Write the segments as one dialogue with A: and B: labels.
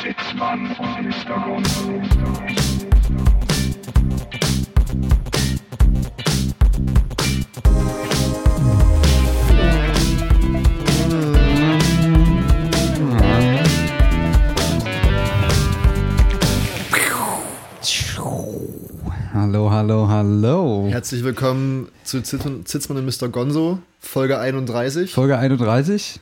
A: Sitzmann von Hintergrund.
B: Hallo, hallo, hallo.
C: Herzlich willkommen zu Zit- Zitzmann und Mr. Gonzo, Folge 31.
B: Folge 31.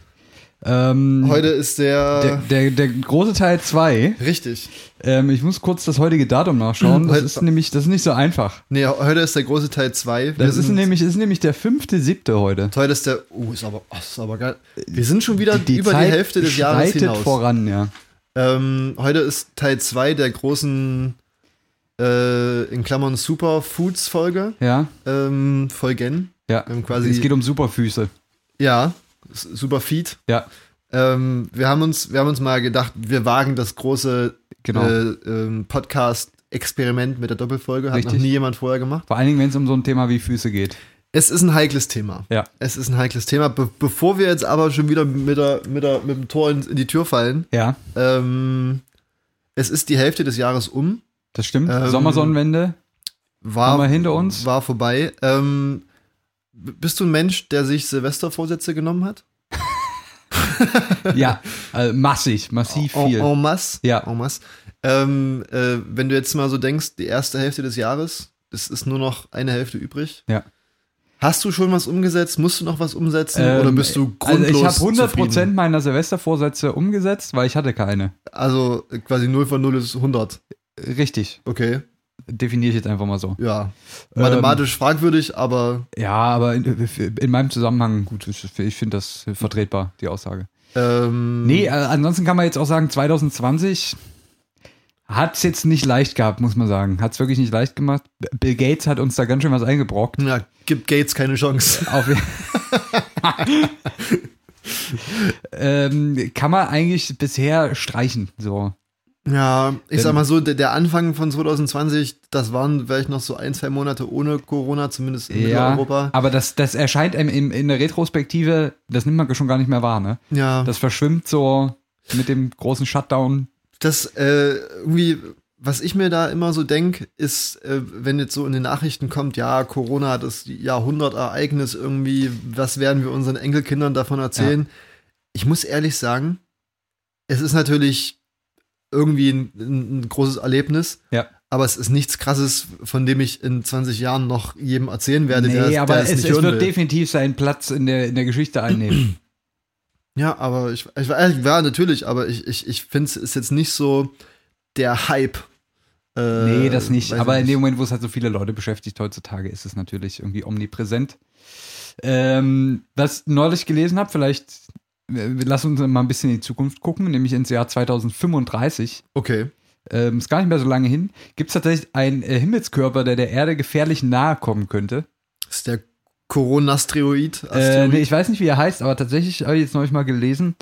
B: Ähm,
C: Heute äh, ist
B: der,
C: der.
B: der, der große Teil 2.
C: richtig.
B: Ähm, ich muss kurz das heutige Datum nachschauen. Das
C: Heute-
B: ist nämlich, das ist nicht so einfach.
C: Nee, heute ist der große Teil 2.
B: Das ist nämlich, ist nämlich der fünfte, siebte heute.
C: Heute ist der. Oh, ist aber, oh, ist aber geil. Wir sind schon wieder über
B: Zeit
C: die Hälfte des Jahres
B: schreitet
C: hinaus.
B: voran, ja.
C: Ähm, heute ist Teil 2 der großen. Äh, in Klammern Superfoods-Folge.
B: Ja,
C: Ähm, Folgen.
B: ja.
C: Wir haben quasi-
B: es geht um Superfüße.
C: Ja, S- Superfeed.
B: Ja,
C: Ähm, wir, haben uns, wir haben uns mal gedacht, wir wagen das große
B: genau.
C: äh, ähm, Podcast-Experiment mit der Doppelfolge. Hat
B: Richtig.
C: noch nie jemand vorher gemacht.
B: Vor allen Dingen, wenn es um so ein Thema wie Füße geht.
C: Es ist ein heikles Thema.
B: Ja.
C: Es ist ein heikles Thema. Be bevor wir jetzt aber schon wieder mit, der, mit, der, mit dem Tor in, in die Tür fallen,
B: Ja,
C: ähm, es ist die Hälfte des Jahres um.
B: das stimmt.
C: Ähm,
B: Sommersonnenwende. Haben wir
C: War,
B: hinter uns?
C: war vorbei. Ähm, b- bist du ein Mensch, der sich Silvestervorsätze genommen hat?
B: ja, äh, massig, massiv viel.
C: En, en masse.
B: Ja.
C: En masse. Ähm, äh, wenn du jetzt mal so denkst, die erste Hälfte des Jahres, es ist nur noch eine Hälfte übrig.
B: Ja.
C: Hast du schon was umgesetzt? Musst du noch was umsetzen?
B: Ähm,
C: oder bist du grundlos
B: Also ich habe 100
C: zufrieden?
B: Prozent meiner Silvestervorsätze umgesetzt, weil ich hatte keine.
C: Also äh, quasi 0 von 0 ist 100.
B: Richtig,
C: Okay,
B: definiere ich jetzt einfach mal so.
C: ja. Mathematisch
B: Ähm.
C: fragwürdig, aber
B: Ja, aber in, in meinem Zusammenhang, gut, ich, ich finde das vertretbar, die Aussage.
C: ähm,
B: Nee, äh, ansonsten kann man jetzt auch sagen, 2020 hat es jetzt nicht leicht gehabt, muss man sagen. Hat es wirklich nicht leicht gemacht. B- Bill Gates hat uns da ganz schön was eingebrockt.
C: na, gibt Gates keine Chance.
B: Auf ähm, kann man eigentlich bisher streichen, so.
C: Ja, ich sag
B: Denn-
C: mal so, der, der Anfang von 2020, das waren vielleicht noch so ein, zwei Monate ohne Corona, zumindest in Mitteleuropa.
B: aber das, das erscheint einem in, in der Retrospektive, das nimmt man schon gar nicht mehr wahr, ne?
C: Ja.
B: Das verschwimmt so mit dem großen Shutdown.
C: das äh, irgendwie, was ich mir da immer so denke, ist, äh, wenn jetzt so in den Nachrichten kommt, ja, Corona, das Jahrhundertereignis irgendwie, was werden wir unseren Enkelkindern davon erzählen? Ich muss ehrlich sagen, es ist natürlich irgendwie ein, ein, ein großes Erlebnis.
B: Ja.
C: Aber es ist nichts Krasses, von dem ich in 20 Jahren noch jedem erzählen werde, der,
B: nee,
C: der
B: aber
C: es
B: es,
C: nicht Äh,
B: es
C: hören
B: wird
C: will.
B: definitiv seinen Platz in der, in der Geschichte einnehmen.
C: Ja, aber ich, ich weiß, ja, natürlich, aber ich, ich, ich finde es ist jetzt nicht so der Hype. Äh,
B: nee, das nicht.
C: weiß
B: Aber
C: ich
B: in dem Moment, wo es halt so viele Leute beschäftigt, heutzutage ist es natürlich irgendwie omnipräsent. Ähm, was ich neulich gelesen habe, vielleicht äh, lass uns mal ein bisschen in die Zukunft gucken, nämlich ins Jahr 2035.
C: Okay.
B: ähm, ist gar nicht mehr so lange hin, gibt es tatsächlich einen äh, Himmelskörper, der der Erde gefährlich nahe kommen könnte.
C: Ist der Coronasteroid?
B: Äh,
C: Asteroid?
B: nee, ich weiß nicht, wie er heißt, aber tatsächlich habe ich jetzt neulich mal gelesen.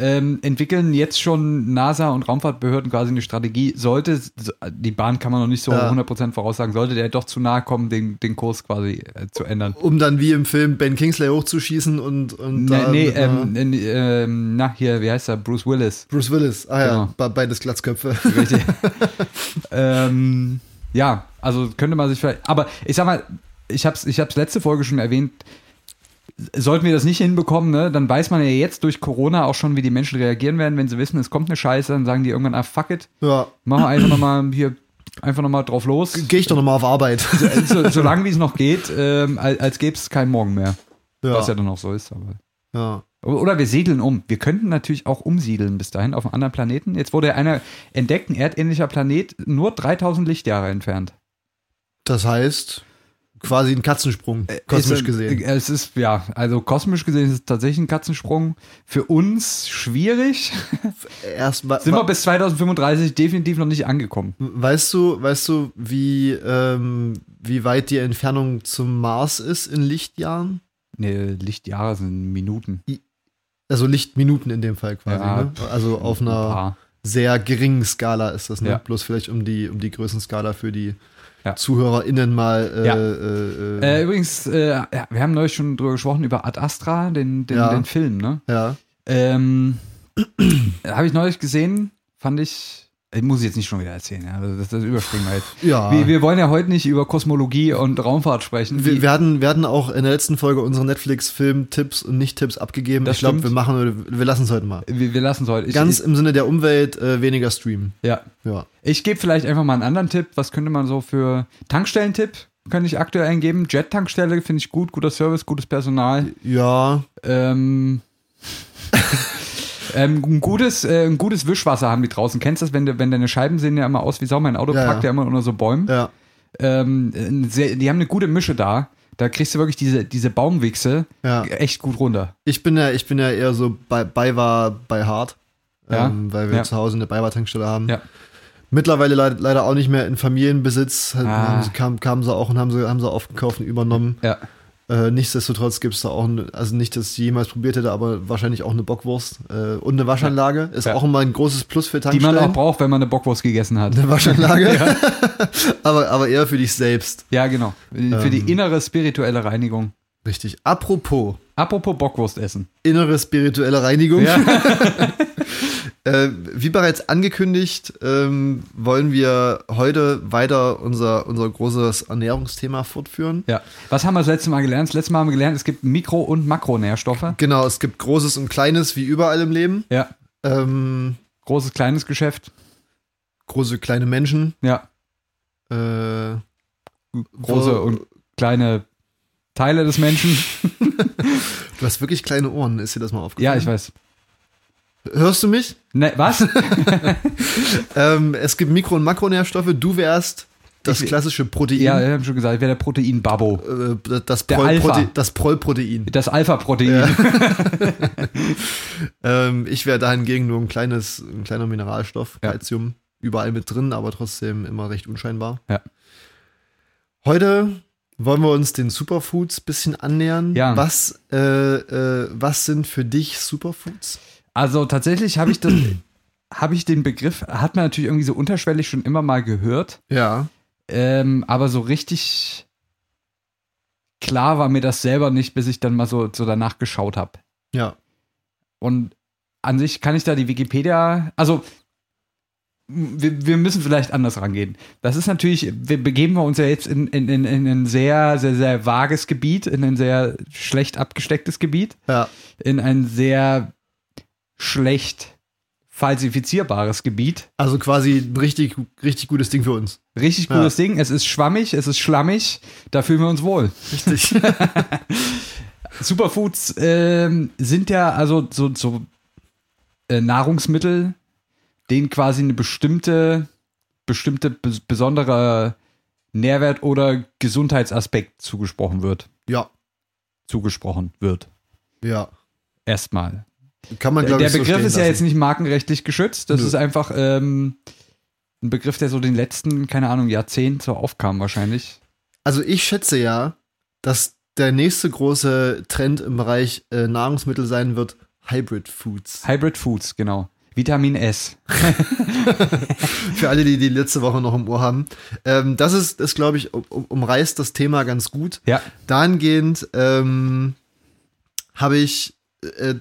B: Ähm, entwickeln jetzt schon NASA und Raumfahrtbehörden quasi eine Strategie, sollte, so- die Bahn kann man noch nicht so
C: Ja.
B: 100% voraussagen, sollte der doch zu nahe kommen, den, den Kurs quasi äh, zu ändern.
C: um dann wie im Film Ben Kingsley hochzuschießen und, und
B: Nee,
C: da
B: nee
C: mit einer-
B: ähm, in- ähm, na, hier, wie heißt er? Bruce Willis.
C: Bruce Willis. Ah ja,
B: Genau.
C: be- beides Glatzköpfe.
B: Richtig. ähm, ja, also könnte man sich vielleicht. Aber ich sag mal, ich hab's, ich hab's letzte Folge schon erwähnt. Sollten wir das nicht hinbekommen, ne, dann weiß man ja jetzt durch Corona auch schon, wie die Menschen reagieren werden. Wenn sie wissen, es kommt eine Scheiße, dann sagen die irgendwann, ah, fuck it,
C: ja,
B: machen wir einfach nochmal hier, einfach nochmal drauf los.
C: gehe ich doch nochmal auf Arbeit.
B: so, solange wie es noch geht, ähm, als, als gäbe es keinen Morgen mehr.
C: ja,
B: Was ja dann auch so ist. Aber.
C: ja.
B: Oder wir segeln um. Wir könnten natürlich auch umsiedeln bis dahin auf einen anderen Planeten. Jetzt wurde einer entdeckt, ein erdähnlicher Planet, nur 3000 Lichtjahre entfernt.
C: Das heißt, quasi ein Katzensprung, kosmisch
B: Ist, äh,
C: gesehen.
B: Es ist, ja, also kosmisch gesehen ist es tatsächlich ein Katzensprung. Für uns schwierig.
C: Erstmal.
B: äh, Sind wir bis 2035 definitiv noch nicht angekommen.
C: Weißt du, weißt du, wie, ähm, wie weit die Entfernung zum Mars ist in Lichtjahren?
B: Nee, Lichtjahre sind Minuten.
C: Also Lichtminuten in dem Fall quasi,
B: Ja,
C: ne? Also auf einer
B: Paar.
C: sehr geringen Skala ist das, ne?
B: Ja.
C: Bloß vielleicht um die, um die Größenskala für die
B: Ja.
C: ZuhörerInnen mal. Äh,
B: Ja.
C: äh,
B: Äh,
C: äh,
B: übrigens, äh, ja, wir haben neulich schon drüber gesprochen, über Ad Astra, den, den,
C: Ja.
B: den Film, ne?
C: ja.
B: Ähm, habe ich neulich gesehen, fand ich. Ich muss ich jetzt nicht schon wieder erzählen, ja. Also das, das überspringen wir jetzt.
C: Ja.
B: Wir, wir wollen ja heute nicht über Kosmologie und Raumfahrt sprechen.
C: Wir,
B: Die-
C: wir, hatten, wir hatten auch in der letzten Folge unsere Netflix-Film-Tipps und Nicht-Tipps abgegeben.
B: Das
C: ich glaube,
B: stimmt.
C: wir machen, wir lassen es heute mal.
B: wir, wir lassen es heute. Ich,
C: Ganz im Sinne der Umwelt äh, weniger streamen.
B: ich, ja.
C: Ja.
B: Ich gebe vielleicht einfach mal einen anderen Tipp. Was könnte man so für Tankstellen-Tipp könnte ich aktuell eingeben? Jet-Tankstelle finde ich gut, guter Service, gutes Personal.
C: Ja.
B: Ähm, ähm, ein, gutes, äh, ein gutes Wischwasser haben die draußen. Kennst du das, wenn, de, wenn deine Scheiben sehen ja immer aus wie Sau? Mein Auto
C: Ja,
B: packt
C: ja.
B: ja immer unter so Bäumen.
C: Ja.
B: Ähm, ein sehr, die haben eine gute Mische da. Da kriegst du wirklich diese, diese Baumwichse
C: Ja.
B: echt gut runter.
C: Ich bin ja, ich bin ja eher so bei, bei war bei hart.
B: Ja.
C: Ähm, weil wir
B: Ja.
C: zu Hause eine Beibar-Tankstelle haben.
B: Ja.
C: Mittlerweile leid, leider auch nicht mehr in Familienbesitz. Halt,
B: Ah.
C: Haben sie, kam, kamen sie auch und haben sie, haben sie aufgekauft und übernommen.
B: Ja.
C: Äh, nichtsdestotrotz gibt es da auch, ein- also nicht, dass ich die jemals probiert hätte, aber wahrscheinlich auch eine Bockwurst äh, und eine Waschanlage. Ist
B: Ja.
C: auch immer ein großes Plus für
B: Die
C: Tankstellen.
B: man auch braucht, wenn man eine Bockwurst gegessen hat.
C: Eine Waschanlage. aber, aber eher für dich selbst.
B: Ja, genau. Für
C: Ähm.
B: die innere spirituelle Reinigung.
C: Richtig. Apropos
B: Apropos Bockwurst essen.
C: innere spirituelle Reinigung.
B: Ja.
C: Äh, wie bereits angekündigt, ähm, wollen wir heute weiter unser, unser großes Ernährungsthema fortführen.
B: ja. Was haben wir das letzte Mal gelernt? Das letzte Mal haben wir gelernt, es gibt Mikro- und Makronährstoffe.
C: Genau, es gibt Großes und Kleines wie überall im Leben.
B: Ja.
C: Ähm,
B: Großes, kleines Geschäft.
C: große, kleine Menschen.
B: Ja.
C: Äh,
B: Große
C: Wo-
B: und kleine Teile des Menschen.
C: du hast wirklich kleine Ohren, ist dir das mal
B: Ja,
C: aufgefallen?
B: ich weiß.
C: Hörst du mich?
B: Ne, was?
C: Ähm, es gibt Mikro- und Makronährstoffe. Du wärst das
B: Ich-
C: klassische Protein.
B: ja, wir haben schon gesagt, ich wäre der Protein-Babbo.
C: Äh, das
B: Der
C: Prol-
B: Alpha.
C: Prote- das Prollprotein.
B: Das Alpha-Protein.
C: Ähm, ich wäre dahingegen nur ein kleines, ein kleiner Mineralstoff,
B: Ja.
C: Calcium, überall mit drin, aber trotzdem immer recht unscheinbar.
B: Ja.
C: Heute wollen wir uns den Superfoods ein bisschen annähern.
B: Ja.
C: Was, äh, äh, was sind für dich Superfoods?
B: Also tatsächlich habe ich das, habe ich den Begriff, hat man natürlich irgendwie so unterschwellig schon immer mal gehört,
C: Ja.
B: ähm, aber so richtig klar war mir das selber nicht, bis ich dann mal so, so danach geschaut habe.
C: Ja.
B: Und an sich kann ich da die Wikipedia, also m- wir, wir müssen vielleicht anders rangehen. Das ist natürlich, wir begeben wir uns ja jetzt in, in, in, in ein sehr, sehr, sehr vages Gebiet, in ein sehr schlecht abgestecktes Gebiet
C: Ja.
B: in ein sehr schlecht falsifizierbares Gebiet.
C: Also quasi ein richtig, richtig gutes Ding für uns.
B: Richtig cooles Ding. Es ist schwammig, es ist schlammig. Da fühlen wir uns wohl.
C: Richtig.
B: Superfoods ähm, sind ja also so, so äh, Nahrungsmittel, denen quasi eine bestimmte, bestimmte bes- besondere Nährwert oder Gesundheitsaspekt zugesprochen wird.
C: ja.
B: Zugesprochen wird.
C: Ja.
B: Erstmal.
C: Kann man, glaube
B: Äh, der
C: ich, so
B: Begriff
C: stehen
B: ist ja
C: lassen.
B: jetzt nicht markenrechtlich geschützt. Das
C: Nö.
B: ist einfach ähm, ein Begriff, der so den letzten, keine Ahnung, Jahrzehnt so aufkam wahrscheinlich.
C: Also ich schätze ja, dass der nächste große Trend im Bereich äh, Nahrungsmittel sein wird Hybrid Foods.
B: Hybrid Foods, genau. Vitamin S.
C: Für alle, die die letzte Woche noch im Ohr haben. Ähm, das ist, ist glaube ich, um, um- umreißt das Thema ganz gut.
B: Ja.
C: Dahingehend ähm, habe ich äh,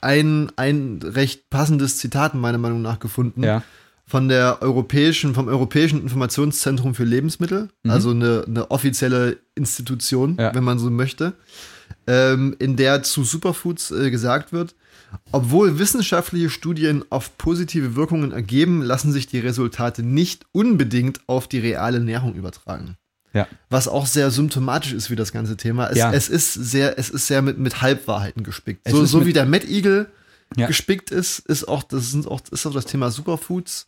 C: ein, ein recht passendes Zitat meiner Meinung nach gefunden.
B: Ja.
C: von der europäischen, vom Europäischen Informationszentrum für Lebensmittel, also eine, eine offizielle Institution,
B: Mhm. Ja.
C: wenn man so möchte, ähm, in der zu Superfoods äh, gesagt wird, obwohl wissenschaftliche Studien auf positive Wirkungen ergeben, lassen sich die Resultate nicht unbedingt auf die reale Nährung übertragen.
B: Ja.
C: Was auch sehr symptomatisch ist für das ganze Thema. Es,
B: Ja.
C: es ist sehr, es ist sehr mit, mit Halbwahrheiten gespickt.
B: Es
C: so
B: ist
C: so
B: mit-
C: wie der Mad Eagle
B: Ja.
C: gespickt ist, ist auch, das sind auch, ist auch das Thema Superfoods.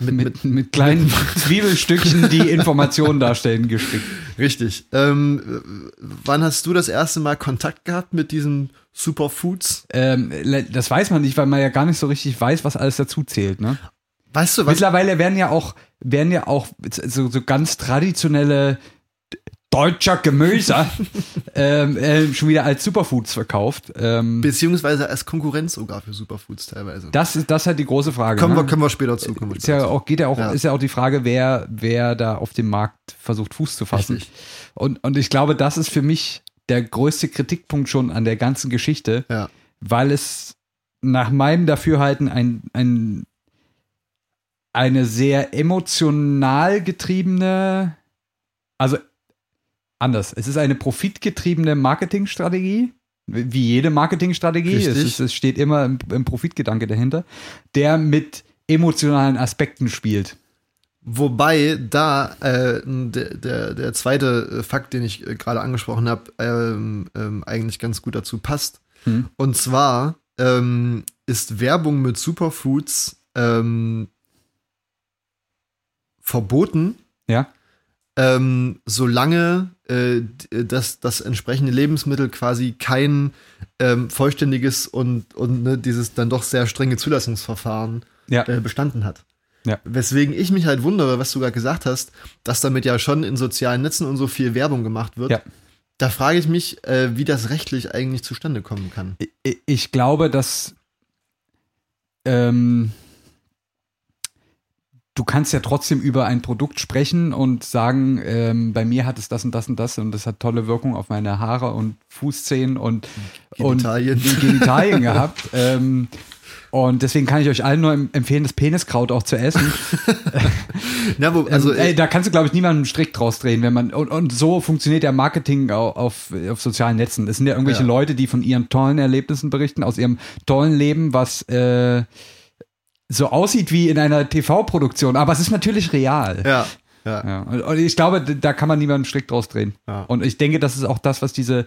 B: Mit, mit, kleinen Zwiebelstückchen, die Informationen darstellen, geschickt.
C: Richtig. Ähm, äh, wann hast du das erste Mal Kontakt gehabt mit diesen Superfoods?
B: Ähm, le- das weiß man nicht, weil man ja gar nicht so richtig weiß, was alles dazu zählt. Ne?
C: Weißt du, was?
B: Mittlerweile werden ja auch, werden ja auch so, so ganz traditionelle deutscher Gemüse ähm, ähm, schon wieder als Superfoods verkauft. Ähm,
C: Beziehungsweise als Konkurrenz sogar für Superfoods teilweise.
B: Das ist, das ist halt die große Frage.
C: kommen,
B: ne?
C: wir, kommen wir später zu. Kommen wir
B: ist
C: später
B: ja
C: zu.
B: auch, geht ja auch,
C: Ja.
B: ist ja auch die Frage, wer, wer da auf dem Markt versucht, Fuß zu fassen.
C: Richtig.
B: Und, und ich glaube, das ist für mich der größte Kritikpunkt schon an der ganzen Geschichte,
C: Ja.
B: weil es nach meinem Dafürhalten ein, ein eine sehr emotional getriebene, also anders. Es ist eine profitgetriebene Marketingstrategie, wie jede Marketingstrategie. Es,
C: Richtig.
B: ist, es steht immer im, im Profitgedanke dahinter, der mit emotionalen Aspekten spielt.
C: Wobei da äh, der, der, der zweite äh, Fakt, den ich äh, gerade angesprochen habe, ähm, ähm, eigentlich ganz gut dazu passt.
B: Hm.
C: Und zwar ähm, ist Werbung mit Superfoods ähm, verboten,
B: Ja,
C: ähm, solange äh, d- das, das entsprechende Lebensmittel quasi kein ähm, vollständiges und, und ne, dieses dann doch sehr strenge Zulassungsverfahren
B: ja,
C: äh, bestanden hat.
B: Ja.
C: Weswegen ich mich halt wundere, was du gerade gesagt hast, dass damit ja schon in sozialen Netzen und so viel Werbung gemacht wird.
B: Ja.
C: Da frage ich mich, äh, wie das rechtlich eigentlich zustande kommen kann.
B: ich, ich glaube, dass ähm, du kannst ja trotzdem über ein Produkt sprechen und sagen, ähm, bei mir hat es das und das und das und das hat tolle Wirkung auf meine Haare und Fußzehen und
C: Genitalien.
B: und die Genitalien gehabt. Ähm, und deswegen kann ich euch allen nur em- empfehlen, das Peniskraut auch zu essen.
C: Na, wo,
B: Also,
C: also,
B: ähm, ey,
C: äh,
B: da kannst du, glaube ich, niemandem einen Strick draus drehen, wenn man. Und, und so funktioniert ja Marketing au- auf, auf sozialen Netzen. Es sind ja irgendwelche
C: Ja.
B: Leute, die von ihren tollen Erlebnissen berichten, aus ihrem tollen Leben, was äh, so aussieht wie in einer TV-Produktion. Aber es ist natürlich real.
C: ja, ja,
B: Ja, und und ich glaube, d- da kann man niemanden strikt draus drehen.
C: Ja.
B: Und ich denke, das ist auch das, was diese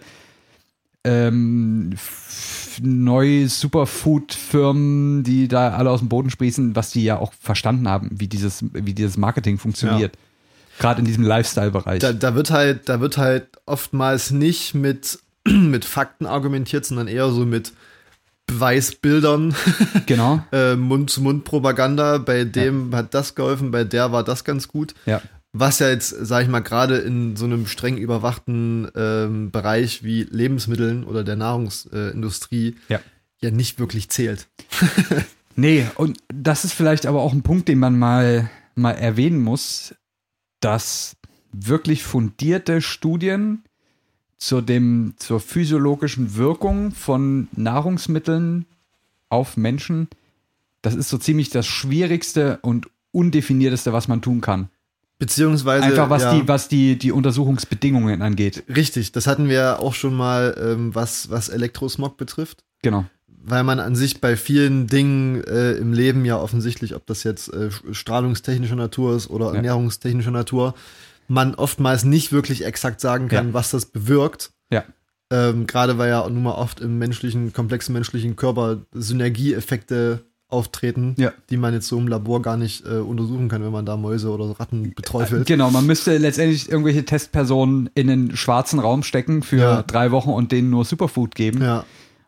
B: ähm, f- neue Superfood-Firmen, die da alle aus dem Boden sprießen, was die ja auch verstanden haben, wie dieses, wie dieses Marketing funktioniert. Gerade in diesem Lifestyle-Bereich.
C: Da, da wird halt, da wird halt oftmals nicht mit, mit Fakten argumentiert, sondern eher so mit Beweisbildern,
B: Genau.
C: äh, Mund-zu-Mund-Propaganda. Bei dem hat das geholfen, bei der war das ganz gut.
B: Ja.
C: Was ja jetzt, sag ich mal, gerade in so einem streng überwachten ähm, Bereich wie Lebensmitteln oder der Nahrungsindustrie äh, Industrie
B: Ja.
C: ja nicht wirklich zählt.
B: Nee, und das ist vielleicht aber auch ein Punkt, den man mal, mal erwähnen muss, dass wirklich fundierte Studien zu dem, zur physiologischen Wirkung von Nahrungsmitteln auf Menschen, das ist so ziemlich das Schwierigste und undefinierteste, was man tun kann.
C: Beziehungsweise.
B: Einfach was
C: Also, ja,
B: die, was die, die Untersuchungsbedingungen angeht.
C: Richtig, das hatten wir ja auch schon mal, ähm, was, was Elektrosmog betrifft.
B: Genau.
C: Weil man an sich bei vielen Dingen äh, im Leben ja offensichtlich, ob das jetzt äh, strahlungstechnischer Natur ist oder ernährungstechnischer Natur, man oftmals nicht wirklich exakt sagen kann,
B: Ja.
C: was das bewirkt.
B: Ja.
C: Ähm, Gerade weil ja nun mal oft im menschlichen, komplexen menschlichen Körper Synergieeffekte auftreten,
B: Ja.
C: die man jetzt so im Labor gar nicht äh, untersuchen kann, wenn man da Mäuse oder Ratten beträufelt.
B: Genau, man müsste letztendlich irgendwelche Testpersonen in einen schwarzen Raum stecken für
C: Ja.
B: drei Wochen und denen nur Superfood geben.
C: Ja,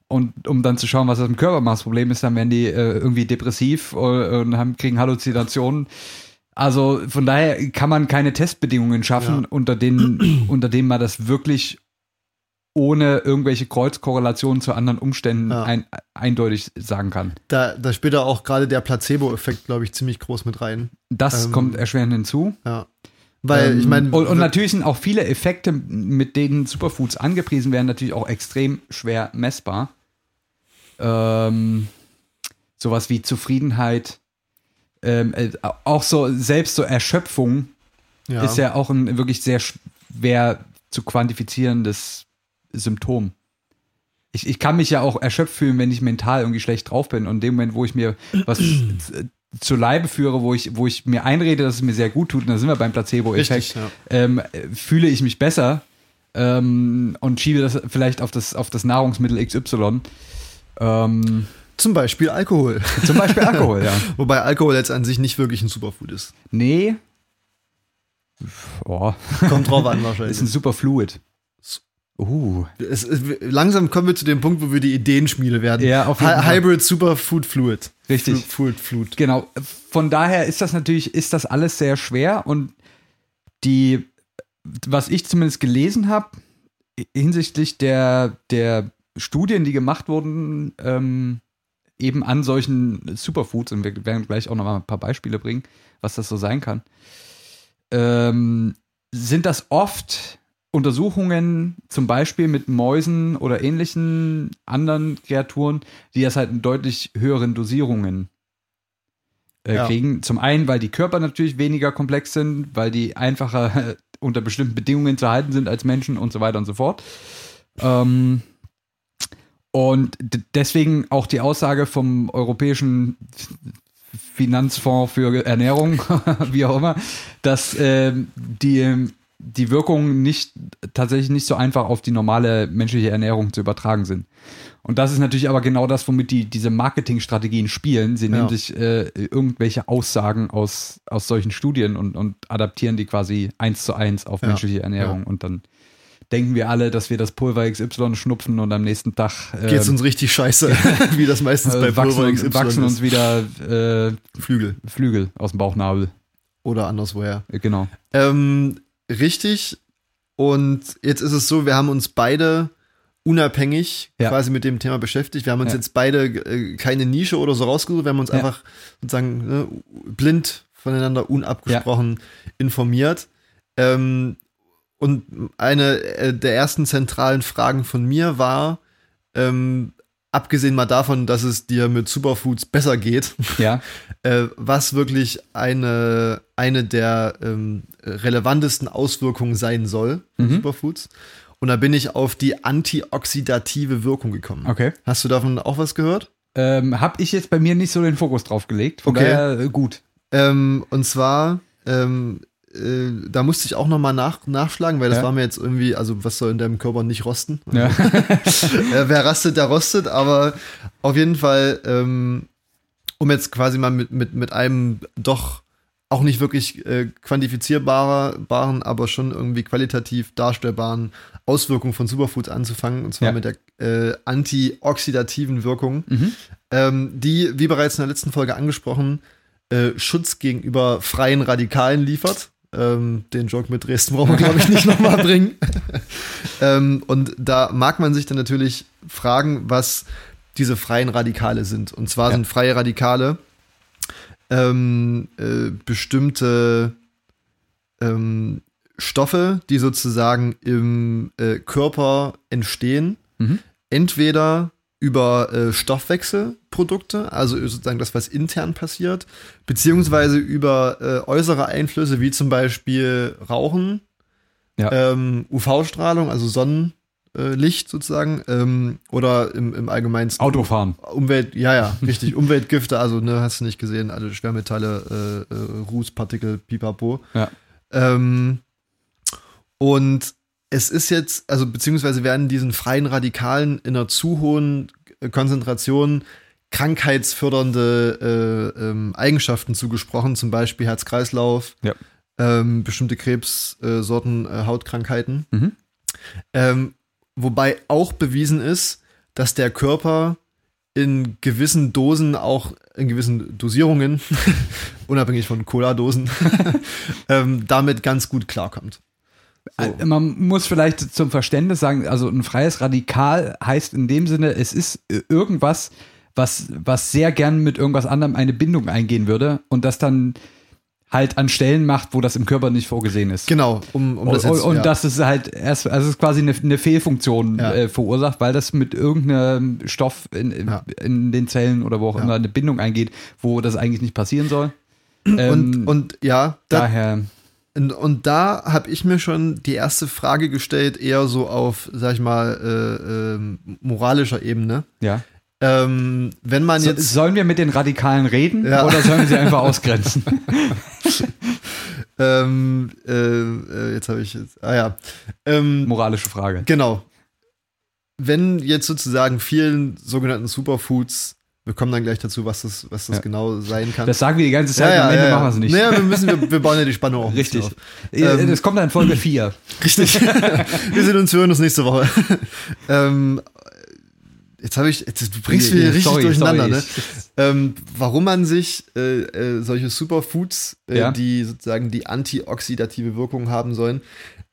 B: Und um dann zu schauen, was das im Körper macht, das Problem ist, dann werden die äh, irgendwie depressiv äh, und haben, kriegen Halluzinationen. Also von daher kann man keine Testbedingungen schaffen,
C: Ja.
B: unter, denen, unter denen man das wirklich ohne irgendwelche Kreuzkorrelationen zu anderen Umständen
C: Ja.
B: ein, eindeutig sagen kann.
C: da, da spielt da auch gerade der Placebo-Effekt, glaube ich, ziemlich groß mit rein.
B: Das
C: Ähm,
B: kommt erschwerend hinzu.
C: Ja. Weil
B: Ähm,
C: ich meine,
B: und, und natürlich sind auch viele Effekte, mit denen Superfoods angepriesen werden, natürlich auch extrem schwer messbar. Ähm, sowas wie Zufriedenheit, ähm, äh, auch so selbst so Erschöpfung
C: ja.
B: ist ja auch ein wirklich sehr schwer zu quantifizierendes Symptom. Ich, ich kann mich ja auch erschöpft fühlen, wenn ich mental irgendwie schlecht drauf bin. Und in dem Moment, wo ich mir was z- zu Leibe führe, wo ich, wo ich mir einrede, dass es mir sehr gut tut, und da sind wir beim Placebo-Effekt,
C: Richtig, ja.
B: ähm, äh, fühle ich mich besser ähm, und schiebe das vielleicht auf das, auf das Nahrungsmittel XY. Ähm,
C: zum Beispiel Alkohol.
B: zum Beispiel Alkohol, ja.
C: Wobei Alkohol jetzt an sich nicht wirklich ein Superfood ist.
B: Nee. Boah,
C: Kommt drauf an
B: ist ein
C: wahrscheinlich.
B: Superfluid. Uh.
C: Es, es, langsam kommen wir zu dem Punkt, wo wir die Ideenschmiede werden.
B: Ja, auf jeden
C: Hy
B: Fall.
C: Hybrid Superfood Fluid.
B: Richtig.
C: Fluid, Fluid.
B: Genau. Von daher ist das natürlich, ist das alles sehr schwer und die, was ich zumindest gelesen habe, hinsichtlich der, der Studien, die gemacht wurden, ähm, eben an solchen Superfoods, und wir werden gleich auch nochmal ein paar Beispiele bringen, was das so sein kann, ähm, sind das oft Untersuchungen zum Beispiel mit Mäusen oder ähnlichen anderen Kreaturen, die das halt in deutlich höheren Dosierungen äh,
C: Ja.
B: kriegen. Zum einen, weil die Körper natürlich weniger komplex sind, weil die einfacher äh, unter bestimmten Bedingungen zu halten sind als Menschen und so weiter und so fort. Ähm, und d- deswegen auch die Aussage vom Europäischen Finanzfonds für Ernährung, wie auch immer, dass ähm, die, die Wirkungen nicht tatsächlich nicht so einfach auf die normale menschliche Ernährung zu übertragen sind. Und das ist natürlich aber genau das, womit die diese Marketingstrategien spielen. Sie nehmen
C: Ja.
B: sich äh, irgendwelche Aussagen aus, aus solchen Studien und, und adaptieren die quasi eins zu eins auf
C: Ja,
B: menschliche Ernährung. Und dann denken wir alle, dass wir das Pulver XY schnupfen und am nächsten Tag äh,
C: Geht's uns richtig scheiße, wie das meistens bei
B: äh,
C: Pulver
B: wachsen,
C: XY
B: uns- wachsen uns
C: ist.
B: wieder äh,
C: Flügel
B: Flügel aus dem Bauchnabel.
C: oder anderswoher.
B: Äh, Genau.
C: Ähm, richtig. Und jetzt ist es so, wir haben uns beide unabhängig
B: Ja.
C: quasi mit dem Thema beschäftigt. Wir haben uns
B: Ja.
C: jetzt beide äh, keine Nische oder so rausgesucht. Wir haben uns
B: Ja.
C: einfach sozusagen ne, blind voneinander unabgesprochen informiert. Ähm, und eine äh, der ersten zentralen Fragen von mir war, ähm, abgesehen mal davon, dass es dir mit Superfoods besser geht,
B: Ja,
C: äh, was wirklich eine, eine der ähm, relevantesten Auswirkungen sein soll von
B: Mhm.
C: Superfoods. Und da bin ich auf die antioxidative Wirkung gekommen.
B: okay.
C: Hast du davon auch was gehört?
B: Ähm, hab ich jetzt bei mir nicht so den Fokus drauf gelegt. Von
C: Okay.
B: daher äh, gut.
C: Ähm, und zwar, ähm, äh, da musste ich auch nochmal nach, nachschlagen, weil das
B: Ja.
C: war mir jetzt irgendwie, also was soll in deinem Körper nicht rosten?
B: Ja.
C: äh, wer rastet, der rostet, aber auf jeden Fall, ähm, um jetzt quasi mal mit, mit, mit einem doch auch nicht wirklich äh, quantifizierbaren, aber schon irgendwie qualitativ darstellbaren Auswirkung von Superfoods anzufangen, und zwar
B: Ja.
C: mit der äh, antioxidativen Wirkung,
B: Mhm.
C: ähm, die, wie bereits in der letzten Folge angesprochen, äh, Schutz gegenüber freien Radikalen liefert. Ähm, den Joke mit Dresden brauchen wir, glaube ich, nicht nochmal bringen. Ähm, und da mag man sich dann natürlich fragen, was diese freien Radikale sind. Und zwar
B: Ja.
C: sind freie Radikale ähm, äh, bestimmte ähm, Stoffe, die sozusagen im äh, Körper entstehen,
B: Mhm.
C: entweder über äh, Stoffwechselprodukte, also sozusagen das, was intern passiert, beziehungsweise über äh, äußere Einflüsse wie zum Beispiel Rauchen,
B: Ja.
C: ähm, UV-Strahlung, also Sonnenlicht sozusagen, ähm, oder im, im allgemeinsten
B: Autofahren.
C: Umwelt, ja, ja, richtig, Umweltgifte, also ne, hast du nicht gesehen, alle Schwermetalle, äh, äh, Rußpartikel, Pipapo.
B: Ja.
C: Ähm, und es ist jetzt, also beziehungsweise werden diesen freien Radikalen in einer zu hohen Konzentration krankheitsfördernde äh, ähm, Eigenschaften zugesprochen, zum Beispiel Herz-Kreislauf,
B: Ja.
C: ähm, bestimmte Krebssorten, äh, Hautkrankheiten.
B: Mhm.
C: Ähm, wobei auch bewiesen ist, dass der Körper in gewissen Dosen, auch in gewissen Dosierungen, unabhängig von Cola-Dosen, ähm, damit ganz gut klarkommt.
B: Äh, Man muss vielleicht zum Verständnis sagen, also ein freies Radikal heißt in dem Sinne, es ist äh, irgendwas, was, was sehr gern mit irgendwas anderem eine Bindung eingehen würde und das dann halt an Stellen macht, wo das im Körper nicht vorgesehen ist.
C: Genau, um, um das
B: und,
C: jetzt,
B: Oh, und
C: ja.
B: das ist halt erst, also es ist quasi eine, eine Fehlfunktion
C: Ja.
B: äh, verursacht, weil das mit irgendeinem Stoff in, in,
C: Ja.
B: in den Zellen oder wo auch
C: Ja.
B: immer eine Bindung eingeht, wo das eigentlich nicht passieren soll. Ähm,
C: und, und ja, da,
B: daher,
C: Und, und da habe ich mir schon die erste Frage gestellt, eher so auf, sag ich mal, äh, ähm, moralischer Ebene.
B: ja.
C: Ähm, wenn man
B: So,
C: jetzt,
B: sollen wir mit den Radikalen reden
C: Ja.
B: oder sollen wir sie einfach ausgrenzen?
C: ähm, äh, äh, jetzt habe ich jetzt, ah ja, ähm,
B: Moralische Frage.
C: genau. Wenn jetzt sozusagen vielen sogenannten Superfoods, wir kommen dann gleich dazu, was das, was das
B: Ja.
C: genau sein kann.
B: Das sagen wir die ganze Zeit, am Ende machen wir es nicht.
C: Naja, wir müssen, wir, wir bauen ja die Spannung auch ein bisschen
B: Richtig.
C: auf.
B: Äh,
C: Ähm,
B: das kommt dann in Folge 4.
C: Richtig. wir sehen uns, hören uns nächste Woche. ähm, jetzt habe ich, jetzt, du bringst mich hier richtig durcheinander, ne? Ähm, warum man sich äh, äh, solche Superfoods, äh,
B: Ja.
C: die sozusagen die antioxidative Wirkung haben sollen,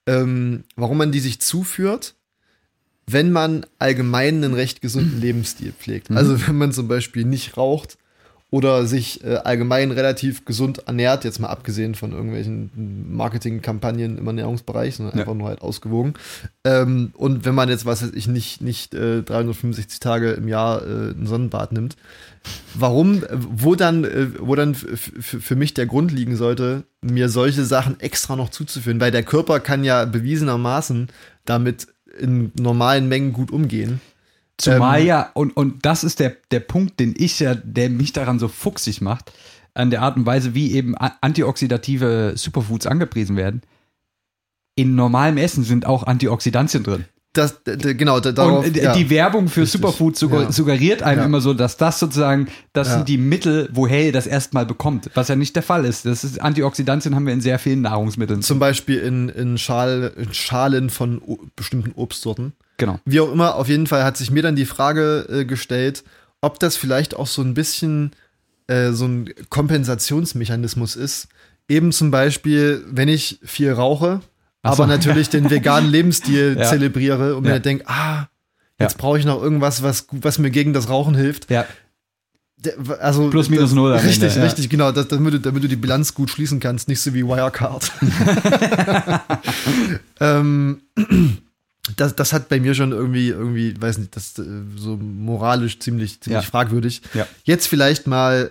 C: ähm, warum man die sich zuführt, wenn
B: Mhm.
C: man allgemein einen recht gesunden Lebensstil pflegt. Also wenn man zum Beispiel nicht raucht oder sich äh, allgemein relativ gesund ernährt, jetzt mal abgesehen von irgendwelchen Marketingkampagnen im Ernährungsbereich, sondern
B: Ja.
C: einfach nur halt ausgewogen. Ähm, und wenn man jetzt, was weiß ich, nicht, nicht äh, 365 Tage im Jahr äh, ein Sonnenbad nimmt, warum, äh, wo dann, äh, wo dann f- f- f- für mich der Grund liegen sollte, mir solche Sachen extra noch zuzuführen, weil der Körper kann ja bewiesenermaßen damit in normalen Mengen gut umgehen.
B: Zumal
C: Ähm,
B: ja, und, und das ist der, der Punkt, den ich ja, der mich daran so fuchsig macht, an der Art und Weise, wie eben a- antioxidative Superfoods angepriesen werden. In normalem Essen sind auch Antioxidantien drin.
C: Das, d- d- genau, d- darauf,
B: und äh,
C: ja.
B: die Werbung für
C: Richtig.
B: Superfoods sugger
C: Ja.
B: suggeriert einem
C: Ja.
B: immer so, dass das sozusagen, das
C: Ja.
B: sind die Mittel, woher ihr das erstmal bekommt, was ja nicht der Fall ist. Das ist Antioxidantien haben wir in sehr vielen Nahrungsmitteln.
C: Zum Beispiel in, in, Schal, in Schalen von o bestimmten Obstsorten.
B: genau.
C: Wie auch immer, auf jeden Fall hat sich mir dann die Frage äh, gestellt, ob das vielleicht auch so ein bisschen äh, so ein Kompensationsmechanismus ist. Eben zum Beispiel, wenn ich viel rauche,
B: Ach so.
C: aber natürlich den veganen Lebensstil
B: Ja.
C: zelebriere und
B: Ja.
C: mir dann denke, ah,
B: Ja.
C: jetzt brauche ich noch irgendwas, was, gu- was mir gegen das Rauchen hilft.
B: Ja,
C: Der- Also
B: Plus, minus,
C: das-
B: null am
C: Richtig,
B: Ende, ja.
C: richtig, genau. Das, damit, du, damit du die Bilanz gut schließen kannst, nicht so wie Wirecard. ähm, das, das hat bei mir schon irgendwie, irgendwie, weiß nicht, das äh, so moralisch ziemlich, ziemlich
B: Ja.
C: fragwürdig.
B: Ja.
C: Jetzt vielleicht mal,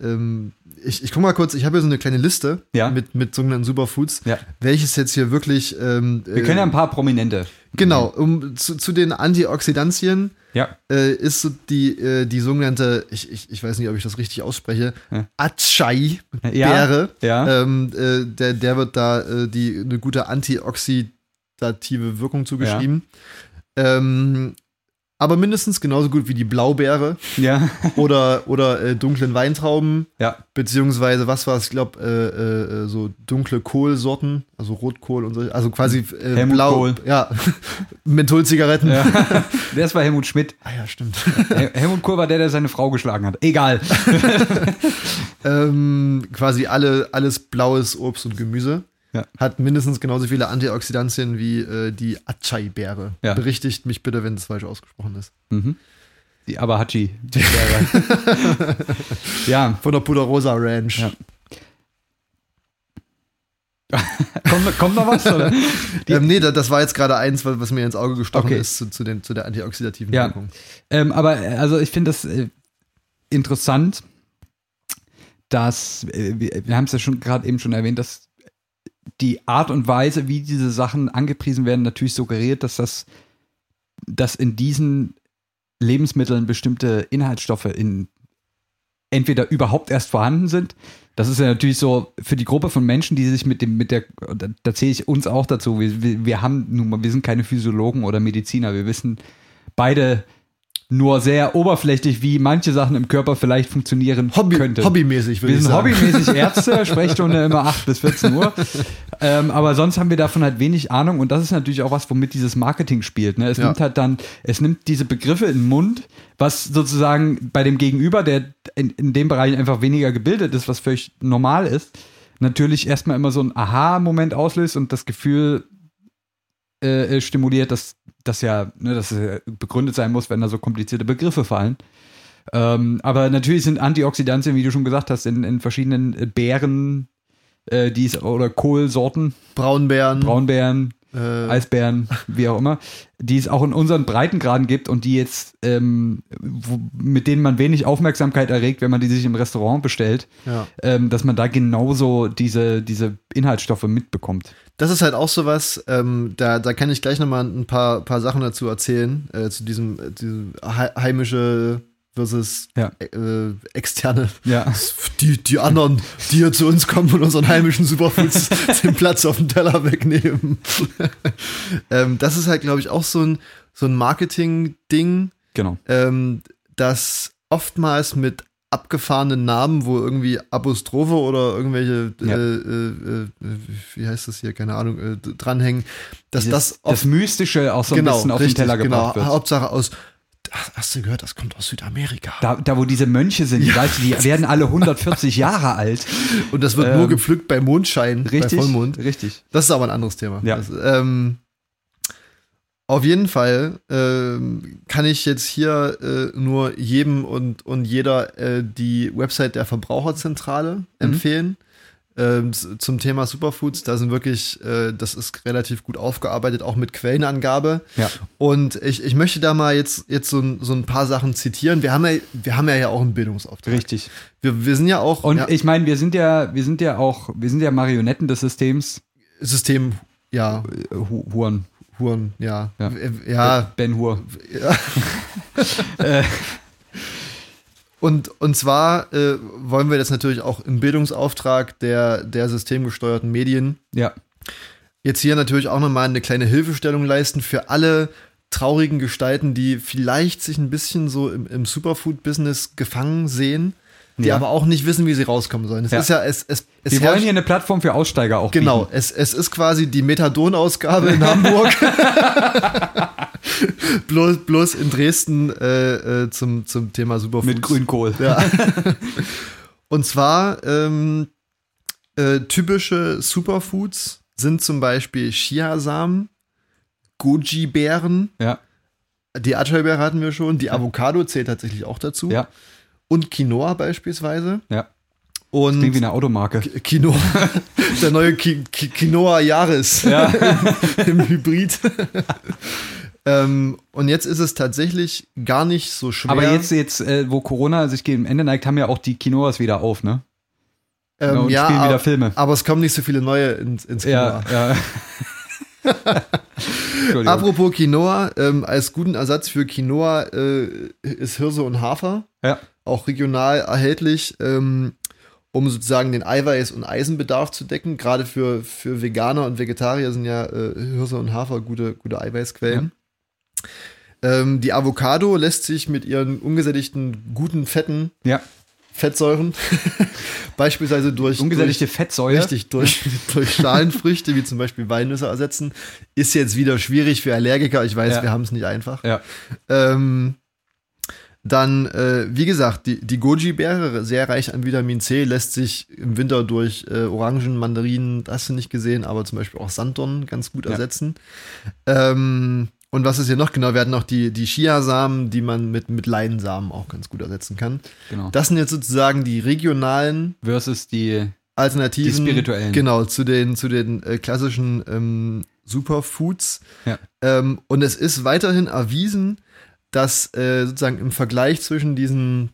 C: äh, ähm, ich, ich guck mal kurz, ich habe hier so eine kleine Liste
B: Ja.
C: mit, mit sogenannten Superfoods,
B: Ja.
C: welches jetzt hier wirklich. Ähm,
B: wir können ja ein paar Prominente.
C: Genau, um, zu, zu den Antioxidantien
B: Ja,
C: äh, ist so die, äh, die sogenannte, ich, ich, ich weiß nicht, ob ich das richtig ausspreche,
B: Ja. Ja.
C: Acai-Beere.
B: Ja.
C: Ähm, äh, der, der wird da äh, die, eine gute antioxidative Wirkung zugeschrieben. Ähm, aber mindestens genauso gut wie die Blaubeere
B: ja,
C: oder, oder äh, dunklen Weintrauben,
B: ja,
C: beziehungsweise was war es, ich glaube, äh, äh, so dunkle Kohlsorten, also Rotkohl und so, also quasi äh,
B: Helmut
C: blau,
B: Kohl.
C: ja, Mentholzigaretten.
B: ja. Das war Helmut Schmidt.
C: Ah ja, stimmt.
B: Hel- Helmut Kohl war der, der seine Frau geschlagen hat. Egal.
C: Ähm, quasi alle, alles blaues Obst und Gemüse
B: Ja.
C: hat mindestens genauso viele Antioxidantien wie äh, die Acai-Beere.
B: Ja.
C: Berichtigt mich bitte, wenn es falsch ausgesprochen ist.
B: Mhm. Die Abahachi. ja,
C: Von der Puderosa Ranch.
B: Ja. kommt, kommt noch was? Oder?
C: Ähm, nee, da- das war jetzt gerade eins, was was mir ins Auge gestochen
B: Okay.
C: ist zu, zu, den, zu der antioxidativen
B: Ja.
C: Wirkung.
B: Ähm, aber äh, also ich finde das äh, interessant, dass äh, wir, wir haben es ja schon gerade eben schon erwähnt, dass die Art und Weise, wie diese Sachen angepriesen werden, natürlich suggeriert, dass das, dass in diesen Lebensmitteln bestimmte Inhaltsstoffe in entweder überhaupt erst vorhanden sind. Das ist ja natürlich so für die Gruppe von Menschen, die sich mit dem, mit der, da, da zähle ich uns auch dazu. Wir, wir, wir haben nun mal, wir sind keine Physiologen oder Mediziner. Wir wissen beide nur sehr oberflächlich, wie manche Sachen im Körper vielleicht funktionieren
C: Hobby,
B: könnte.
C: Hobbymäßig, würde
B: Wir
C: ich
B: sind
C: sagen.
B: hobbymäßig Ärzte, Sprechstunde immer 8 bis 14 Uhr. ähm, aber sonst haben wir davon halt wenig Ahnung und das ist natürlich auch was, womit dieses Marketing spielt. Ne? Es
C: Ja.
B: nimmt halt dann, es nimmt diese Begriffe in den Mund, was sozusagen bei dem Gegenüber, der in, in dem Bereich einfach weniger gebildet ist, was völlig normal ist, natürlich erstmal immer so ein Aha-Moment auslöst und das Gefühl äh, äh, stimuliert, dass das ja, ne, dass es ja begründet sein muss, wenn da so komplizierte Begriffe fallen. Ähm, aber natürlich sind Antioxidantien, wie du schon gesagt hast, in, in verschiedenen äh, Beeren, äh, die es, oder Kohlsorten,
C: Braunbären.
B: Braunbeeren,
C: Mhm. äh,
B: Eisbären, wie auch immer, die es auch in unseren Breitengraden gibt und die jetzt, ähm, wo, mit denen man wenig Aufmerksamkeit erregt, wenn man die sich im Restaurant bestellt,
C: ja.
B: ähm, dass man da genauso diese, diese Inhaltsstoffe mitbekommt.
C: Das ist halt auch sowas, ähm, da, da kann ich gleich nochmal ein paar, paar Sachen dazu erzählen, äh, zu diesem, äh, diesem hei- heimische versus
B: Ja.
C: äh, externe.
B: Ja.
C: Die, die anderen, die hier zu uns kommen und unseren heimischen Superfoods den Platz auf dem Teller wegnehmen. ähm, das ist halt, glaube ich, auch so ein, so ein Marketing-Ding,
B: Genau.
C: ähm, dass oftmals mit abgefahrenen Namen, wo irgendwie Apostrophe oder irgendwelche,
B: Ja.
C: äh, äh, äh, wie heißt das hier, keine Ahnung, äh, d- dranhängen, dass
B: Dieses-
C: das oft
B: das Mystische auch so ein bisschen auf den Teller gebracht
C: genau,
B: wird.
C: Hauptsache aus, ach, hast du gehört, das kommt aus Südamerika.
B: Da, da, wo diese Mönche sind, die, weißt du, die werden alle 140 Jahre alt.
C: Und das wird
B: Ähm,
C: nur gepflückt bei Mondschein, bei
B: Richtig?
C: Vollmond.
B: Richtig.
C: Das ist aber ein anderes Thema.
B: Ja.
C: Das, ähm, Auf jeden Fall ähm, kann ich jetzt hier äh, nur jedem und, und jeder äh, die Website der Verbraucherzentrale
B: Mhm.
C: empfehlen. Ähm, z- zum Thema Superfoods, da sind wirklich, äh, das ist relativ gut aufgearbeitet, auch mit Quellenangabe.
B: Ja.
C: Und ich, ich möchte da mal jetzt, jetzt so, ein- so ein paar Sachen zitieren. Wir haben ja, wir haben ja, ja auch einen Bildungsauftrag.
B: Richtig.
C: Wir, wir sind ja auch
B: Und
C: ja,
B: ich meine, wir sind ja, wir sind ja auch, wir sind ja Marionetten des Systems.
C: System, ja,
B: Äh, Hu- Huren.
C: Huren, ja.
B: Ja.
C: Äh, ja.
B: Ben Hur.
C: Und, und zwar äh, wollen wir das natürlich auch im Bildungsauftrag der, der systemgesteuerten Medien
B: Ja.
C: jetzt hier natürlich auch nochmal eine kleine Hilfestellung leisten für alle traurigen Gestalten, die vielleicht sich ein bisschen so im, im Superfood-Business gefangen sehen, die
B: Ja.
C: aber auch nicht wissen, wie sie rauskommen sollen. Es
B: Ja.
C: ist ja, es, es, es
B: Wir wollen
C: herrscht-
B: hier eine Plattform für Aussteiger auch
C: Genau,
B: bieten.
C: es, es ist quasi die Methadon-Ausgabe in Hamburg. bloß, bloß in Dresden äh, äh, zum, zum Thema Superfoods.
B: Mit Grünkohl.
C: Ja. Und zwar ähm, äh, typische Superfoods sind zum Beispiel Chiasamen, Goji-Beeren,
B: Ja.
C: die Atschalbeere hatten wir schon, die Avocado zählt tatsächlich auch dazu
B: Ja.
C: und Quinoa beispielsweise.
B: Ja.
C: Und
B: Klingt wie eine Automarke.
C: Quinoa, der neue Qui- Qui- Quinoa-Jahres
B: Ja.
C: im Hybrid. ähm, und jetzt ist es tatsächlich gar nicht so schwer.
B: Aber jetzt, jetzt äh, wo Corona sich gegen Ende neigt, haben ja auch die Kinoas wieder auf, ne?
C: ähm,
B: genau, und
C: ja,
B: spielen
C: ab-
B: wieder Filme.
C: Aber es kommen nicht so viele neue ins, ins Quinoa.
B: Ja, ja. Entschuldigung.
C: Apropos Quinoa, ähm, als guten Ersatz für Quinoa äh, ist Hirse und Hafer,
B: ja.
C: auch regional erhältlich, ähm, um sozusagen den Eiweiß- und Eisenbedarf zu decken. Gerade für, für Veganer und Vegetarier sind ja äh, Hirse und Hafer gute, gute Eiweißquellen. Ähm, die Avocado lässt sich mit ihren ungesättigten guten Fetten,
B: ja.
C: Fettsäuren, beispielsweise durch
B: Ungesättigte Fettsäure.
C: durch, richtig durch, durch Schalenfrüchte wie zum Beispiel Walnüsse ersetzen, ist jetzt wieder schwierig für Allergiker. Ich weiß,
B: Ja.
C: wir haben es nicht einfach.
B: Ja.
C: Ähm, dann, äh, wie gesagt, die, die Goji-Beere, sehr reich an Vitamin C, lässt sich im Winter durch äh, Orangen, Mandarinen, das hast du nicht gesehen, aber zum Beispiel auch Sanddorn ganz gut
B: Ja.
C: ersetzen. Ähm, und was ist hier noch genau? Wir hatten noch die, die Chiasamen, die man mit, mit Leinsamen auch ganz gut ersetzen kann.
B: Genau.
C: Das sind jetzt sozusagen die regionalen
B: Versus die.
C: Alternativen.
B: Die spirituellen.
C: Genau, zu den, zu den äh, klassischen ähm, Superfoods.
B: Ja.
C: Ähm, und es ist weiterhin erwiesen, dass äh, sozusagen im Vergleich zwischen diesen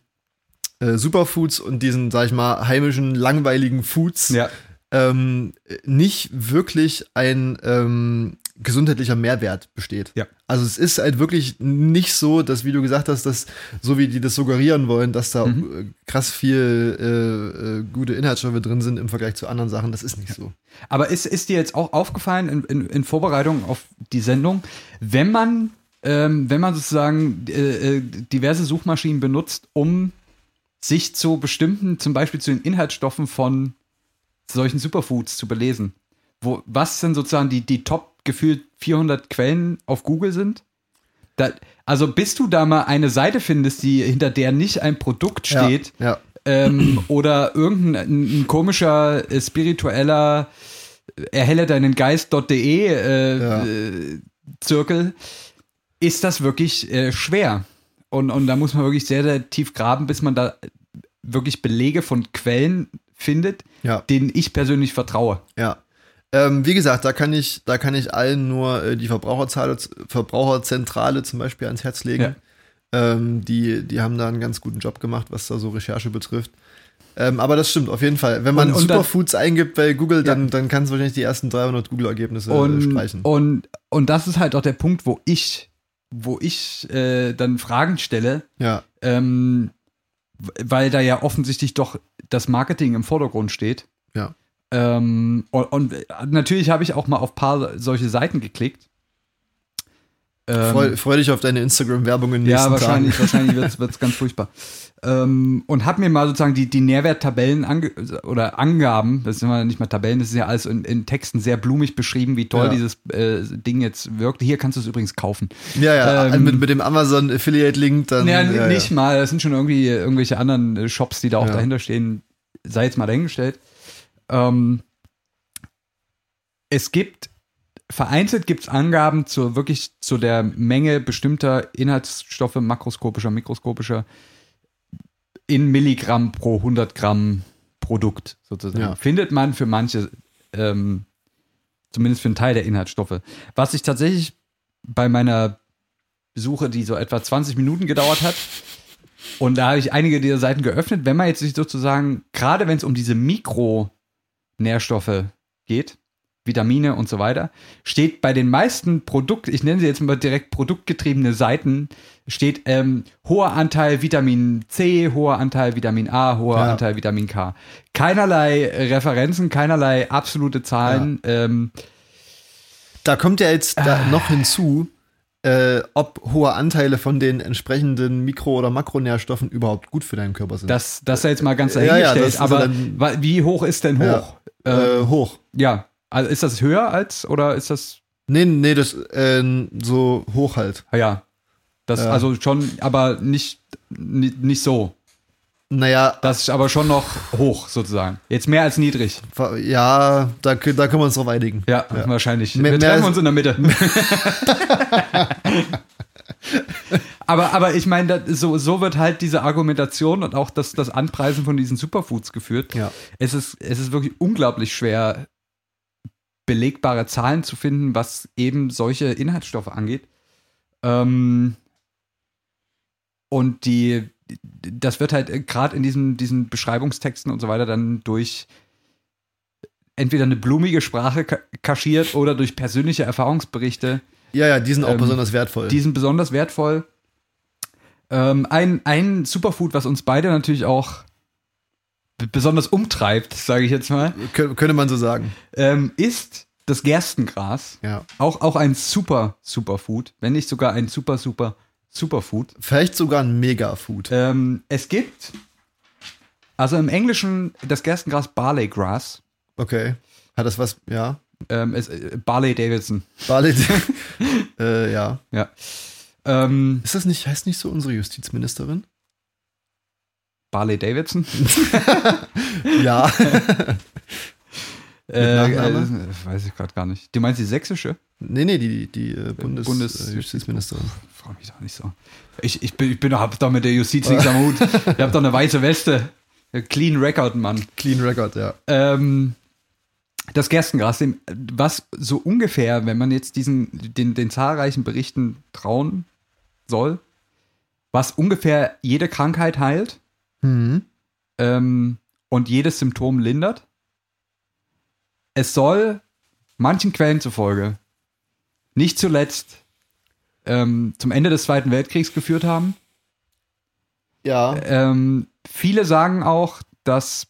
C: äh, Superfoods und diesen, sag ich mal, heimischen, langweiligen Foods
B: Ja.
C: ähm, nicht wirklich ein ähm, gesundheitlicher Mehrwert besteht.
B: Ja.
C: Also es ist halt wirklich nicht so, dass, wie du gesagt hast, dass, so wie die das suggerieren wollen, dass da
B: Mhm.
C: äh, krass viel äh, äh, gute Inhaltsstoffe drin sind im Vergleich zu anderen Sachen. Das ist nicht so.
B: Aber ist, ist dir jetzt auch aufgefallen in, in, in Vorbereitung auf die Sendung, wenn man, ähm, wenn man sozusagen äh, äh, diverse Suchmaschinen benutzt, um sich zu bestimmten, zum Beispiel zu den Inhaltsstoffen von solchen Superfoods zu belesen? Wo, was denn sozusagen die, die Top gefühlt 400 Quellen auf Google sind? Da, also bis du da mal eine Seite findest, die hinter der nicht ein Produkt steht,
C: Ja. ja.
B: ähm, oder irgendein ein, ein komischer äh, spiritueller erhelle deinen Geist.de äh,
C: Ja.
B: äh, Zirkel, ist das wirklich äh, schwer. Und, und da muss man wirklich sehr, sehr tief graben, bis man da wirklich Belege von Quellen findet,
C: Ja.
B: denen ich persönlich vertraue.
C: Ja. Ähm, wie gesagt, da kann ich, da kann ich allen nur äh, die Verbraucherzahl, Verbraucherzentrale zum Beispiel ans Herz legen. Ähm, die, die haben da einen ganz guten Job gemacht, was da so Recherche betrifft. Ähm, aber das stimmt auf jeden Fall. Wenn man
B: Und- und dann-
C: Superfoods eingibt bei Google, dann, dann kannst du wahrscheinlich die ersten 300 Google-Ergebnisse äh,
B: Und, oh.
C: streichen.
B: und, und das ist halt auch der Punkt, wo ich, wo ich äh, dann Fragen stelle,
C: ja,
B: ähm, w- weil da ja offensichtlich doch das Marketing im Vordergrund steht.
C: Ja.
B: Ähm, und, und natürlich habe ich auch mal auf ein paar solche Seiten geklickt. Ähm,
C: freu, freu dich auf deine Instagram-Werbung in den
B: ja,
C: nächsten Tagen.
B: wahrscheinlich, wahrscheinlich wird es ganz furchtbar. Ähm, und habe mir mal sozusagen die, die Nährwerttabellen ange oder Angaben, das sind ja nicht mal Tabellen, das ist ja alles in, in Texten sehr blumig beschrieben, wie toll
C: Ja.
B: dieses äh, Ding jetzt wirkt. Hier kannst du es übrigens kaufen.
C: Ja, ja,
B: Ähm,
C: mit, mit dem Amazon-Affiliate-Link dann.
B: Naja,
C: ja,
B: nicht
C: Ja.
B: mal. Das sind schon irgendwie irgendwelche anderen äh, Shops, die da auch
C: Ja.
B: dahinter stehen. Sei jetzt mal dahingestellt. Ähm, es gibt vereinzelt gibt es Angaben zur wirklich zu der Menge bestimmter Inhaltsstoffe, makroskopischer, mikroskopischer, in Milligramm pro 100 Gramm Produkt sozusagen.
C: Ja.
B: Findet man für manche, ähm, zumindest für einen Teil der Inhaltsstoffe. Was ich tatsächlich bei meiner Suche, die so etwa 20 Minuten gedauert hat, und da habe ich einige dieser Seiten geöffnet. Wenn man jetzt sich sozusagen, gerade wenn es um diese Mikronährstoffe geht, Vitamine und so weiter, steht bei den meisten Produkt, ich nenne sie jetzt mal direkt produktgetriebene Seiten, steht ähm, hoher Anteil Vitamin C, hoher Anteil Vitamin A, hoher
C: Ja.
B: Anteil Vitamin K. Keinerlei Referenzen, keinerlei absolute Zahlen. Ähm,
C: Da kommt ja jetzt
B: Ah.
C: da noch hinzu, äh, ob hohe Anteile von den entsprechenden Mikro- oder Makronährstoffen überhaupt gut für deinen Körper sind.
B: das, das sei jetzt mal ganz
C: Ja, ja,
B: dahingestellt,
C: das ist
B: aber
C: dann-
B: wa- wie hoch ist denn hoch? Ähm,
C: äh, hoch.
B: Ja, also ist das höher als oder ist das
C: Nee, nee, das äh, so hoch halt.
B: Ah ja, das
C: Ja.
B: also schon, aber nicht ni- nicht so.
C: Naja,
B: Das ist aber schon noch hoch sozusagen. Jetzt mehr als niedrig.
C: fa- ja, da, kö- da können wir uns drauf einigen.
B: Ja, wahrscheinlich.
C: Mehr-
B: Wir
C: mehr
B: treffen
C: als-
B: uns in der Mitte. aber aber ich meine, das- so so wird halt diese Argumentation und auch das das Anpreisen von diesen Superfoods geführt.
C: Ja.
B: Es ist es ist wirklich unglaublich schwer belegbare Zahlen zu finden, was eben solche Inhaltsstoffe angeht. Ähm, und die, das wird halt gerade in diesen, diesen Beschreibungstexten und so weiter dann durch entweder eine blumige Sprache ka- kaschiert oder durch persönliche Erfahrungsberichte.
C: Ja, ja, die sind auch
B: Ähm,
C: besonders wertvoll.
B: Die sind besonders wertvoll. Ähm, ein, ein Superfood, was uns beide natürlich auch b- besonders umtreibt, sage ich jetzt mal,
C: Kö- könnte man so sagen.
B: ähm, ist das Gerstengras.
C: Ja.
B: Auch, auch ein super Superfood, wenn nicht sogar ein super super Superfood.
C: Vielleicht sogar ein Mega-Food.
B: Ähm, es gibt, also im Englischen das Gerstengras Barley Grass,
C: Okay. Hat das was? Ja.
B: ähm, es, äh, Barley Davidson.
C: Barley. äh, ja.
B: Ja. Ähm,
C: Ist das nicht, heißt nicht so unsere Justizministerin?
B: Barley Davidson.
C: Ja.
B: Äh,
C: Nachname?
B: äh, weiß ich gerade gar nicht. Du meinst die sächsische?
C: nee, nee, die, die äh, Bundes,
B: Bundes-
C: äh, Justizministerin.
B: Frag mich doch nicht so. Ich, ich bin, ich bin hab doch mit der Justiz nichts am Hut. Ich hab doch eine weiße Weste. Clean Record, Mann.
C: Clean Record, ja.
B: ähm, das Gerstengras, dem, was so ungefähr, wenn man jetzt diesen, den, den zahlreichen Berichten trauen soll, was ungefähr jede Krankheit heilt
C: Mhm.
B: ähm, und jedes Symptom lindert. Es soll manchen Quellen zufolge nicht zuletzt ähm, zum Ende des Zweiten Weltkriegs geführt haben.
C: Ja.
B: Ähm, viele sagen auch, dass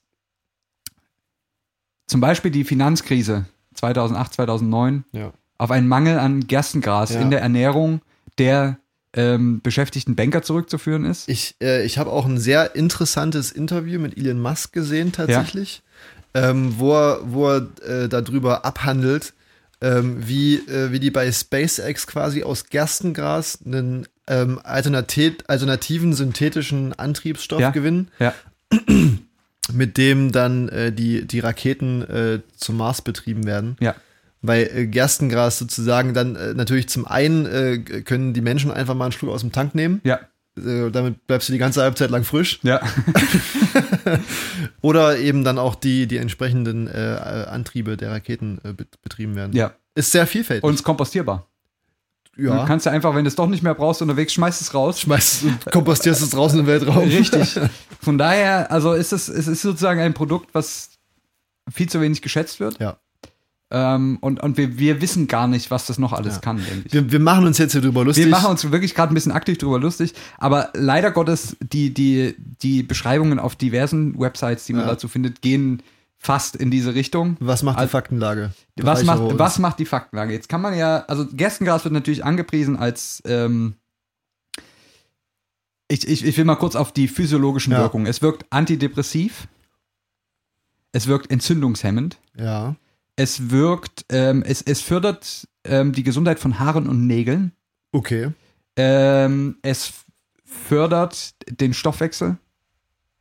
B: zum Beispiel die Finanzkrise 2008, 2009
C: ja.
B: auf einen Mangel an Gerstengras
C: Ja.
B: in der Ernährung der ähm, beschäftigten Banker zurückzuführen ist.
C: Ich, äh, ich habe auch ein sehr interessantes Interview mit Elon Musk gesehen tatsächlich, ähm, wo er, wo er äh, darüber abhandelt, ähm, wie, äh, wie die bei SpaceX quasi aus Gerstengras einen ähm, Alternati- alternativen synthetischen Antriebsstoff
B: Ja.
C: gewinnen,
B: Ja.
C: mit dem dann äh, die, die Raketen äh, zum Mars betrieben werden
B: Ja.
C: weil äh, Gerstengras sozusagen dann äh, natürlich zum einen äh, g- können die Menschen einfach mal einen Schluck aus dem Tank nehmen.
B: Ja.
C: Äh, damit bleibst du die ganze Halbzeit lang frisch.
B: Ja.
C: Oder eben dann auch die, die entsprechenden äh, äh, Antriebe der Raketen äh, bet- betrieben werden.
B: ja.
C: Ist sehr vielfältig.
B: Und es ist kompostierbar. Du kannst ja einfach, wenn du es doch nicht mehr brauchst unterwegs, schmeißt es raus.
C: schmeißt und kompostierst es draußen im Weltraum.
B: Richtig. Von daher, also ist es, es ist sozusagen ein Produkt, was viel zu wenig geschätzt wird.
C: Ja.
B: Ähm, und und wir, wir wissen gar nicht, was das noch alles
C: Ja.
B: kann, denke ich.
C: Wir, wir machen uns jetzt hier drüber lustig.
B: Wir machen uns wirklich gerade ein bisschen aktiv drüber lustig, aber leider Gottes, die, die, die Beschreibungen auf diversen Websites, die man
C: Ja.
B: dazu findet, gehen fast in diese Richtung.
C: was macht die
B: Also,
C: Faktenlage?
B: Was macht,
C: Bereichere uns.
B: was macht die Faktenlage? Jetzt kann man ja, also Gerstengras wird natürlich angepriesen als, ähm, ich, ich, ich will mal kurz auf die physiologischen
C: Ja.
B: Wirkungen. Es wirkt antidepressiv, es wirkt entzündungshemmend,
C: Ja.
B: es wirkt, ähm, es, es fördert ähm, die Gesundheit von Haaren und Nägeln.
C: Okay.
B: Ähm, es fördert den Stoffwechsel,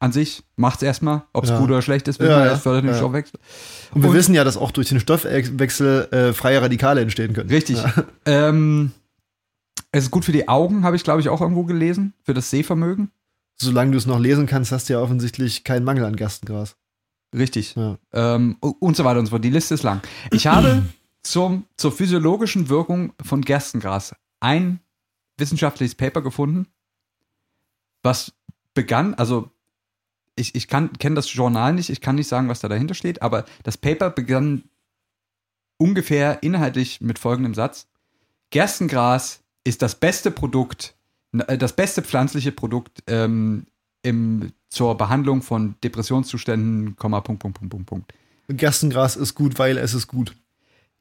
B: an sich macht's erstmal, ob es
C: Ja.
B: gut oder schlecht ist, wissen
C: Ja,
B: wir,
C: ja.
B: es fördert den
C: Ja.
B: Stoffwechsel.
C: Und wir
B: Und-
C: wissen ja, dass auch durch den Stoffwechsel äh, freie Radikale entstehen können.
B: Richtig.
C: Ja.
B: Ähm, es ist gut für die Augen, habe ich glaube ich auch irgendwo gelesen, für das Sehvermögen.
C: Solange du es noch lesen kannst, hast du ja offensichtlich keinen Mangel an Gerstengras.
B: Richtig.
C: Ja.
B: Ähm, u- und so weiter und so fort. Die Liste ist lang. Ich habe zum, zur physiologischen Wirkung von Gerstengras ein wissenschaftliches Paper gefunden, was begann, also ich, ich kenne das Journal nicht, ich kann nicht sagen, was da dahinter steht, aber das Paper begann ungefähr inhaltlich mit folgendem Satz. Gerstengras ist das beste Produkt, n- äh, das beste pflanzliche Produkt ähm, im, zur Behandlung von Depressionszuständen, Komma, Punkt, Punkt, Punkt, Punkt, Punkt.
C: Gerstengras ist gut, weil es ist gut.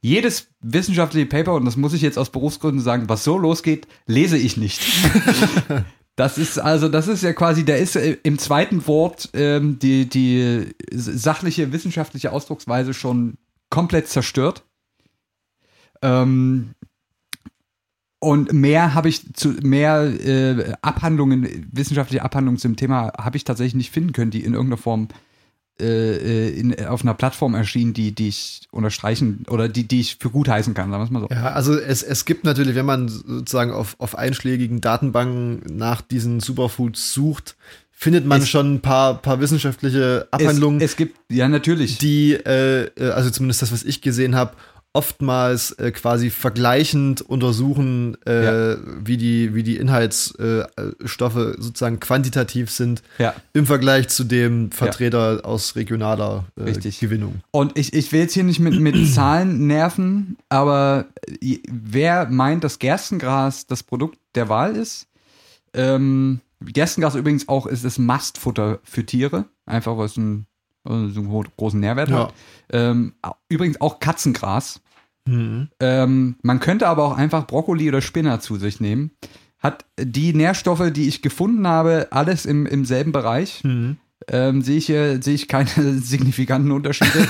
B: Jedes wissenschaftliche Paper, und das muss ich jetzt aus Berufsgründen sagen, was so losgeht, lese ich nicht. das ist also, das ist ja quasi, da ist äh, im zweiten Wort ähm, die, die sachliche, wissenschaftliche Ausdrucksweise schon komplett zerstört. Ähm, und mehr habe ich zu mehr äh, Abhandlungen, wissenschaftliche Abhandlungen zum Thema habe ich tatsächlich nicht finden können, die in irgendeiner Form äh, in, auf einer Plattform erschienen, die, die ich unterstreichen oder die, die ich für gut heißen kann, sagen wir es mal so.
C: Ja, also es, es gibt natürlich, wenn man sozusagen auf, auf einschlägigen Datenbanken nach diesen Superfoods sucht, findet man
B: Es-
C: schon ein paar, paar wissenschaftliche Abhandlungen,
B: Es, es gibt, ja, natürlich.
C: die, äh, äh, also zumindest das, was ich gesehen habe, oftmals äh, quasi vergleichend untersuchen, äh, wie die, wie die Inhaltsstoffe äh, Stoffe sozusagen quantitativ sind
B: ja.
C: im Vergleich zu dem Vertreter aus regionaler äh,
B: Richtig.
C: Gewinnung.
B: Und ich, ich will jetzt hier nicht mit, mit Zahlen nerven, aber i- wer meint, dass Gerstengras das Produkt der Wahl ist? Ähm, Gerstengras übrigens auch ist das Mastfutter für Tiere, einfach weil es einen, also so einen ho- großen Nährwert
C: Ja.
B: hat. Ähm, au- übrigens auch Katzengras.
C: Mhm.
B: Ähm, man könnte aber auch einfach Brokkoli oder Spinner zu sich nehmen. Hat die Nährstoffe, die ich gefunden habe, alles im, im selben Bereich.
C: Mhm.
B: Ähm, sehe ich, hier- sehe ich keine signifikanten Unterschiede.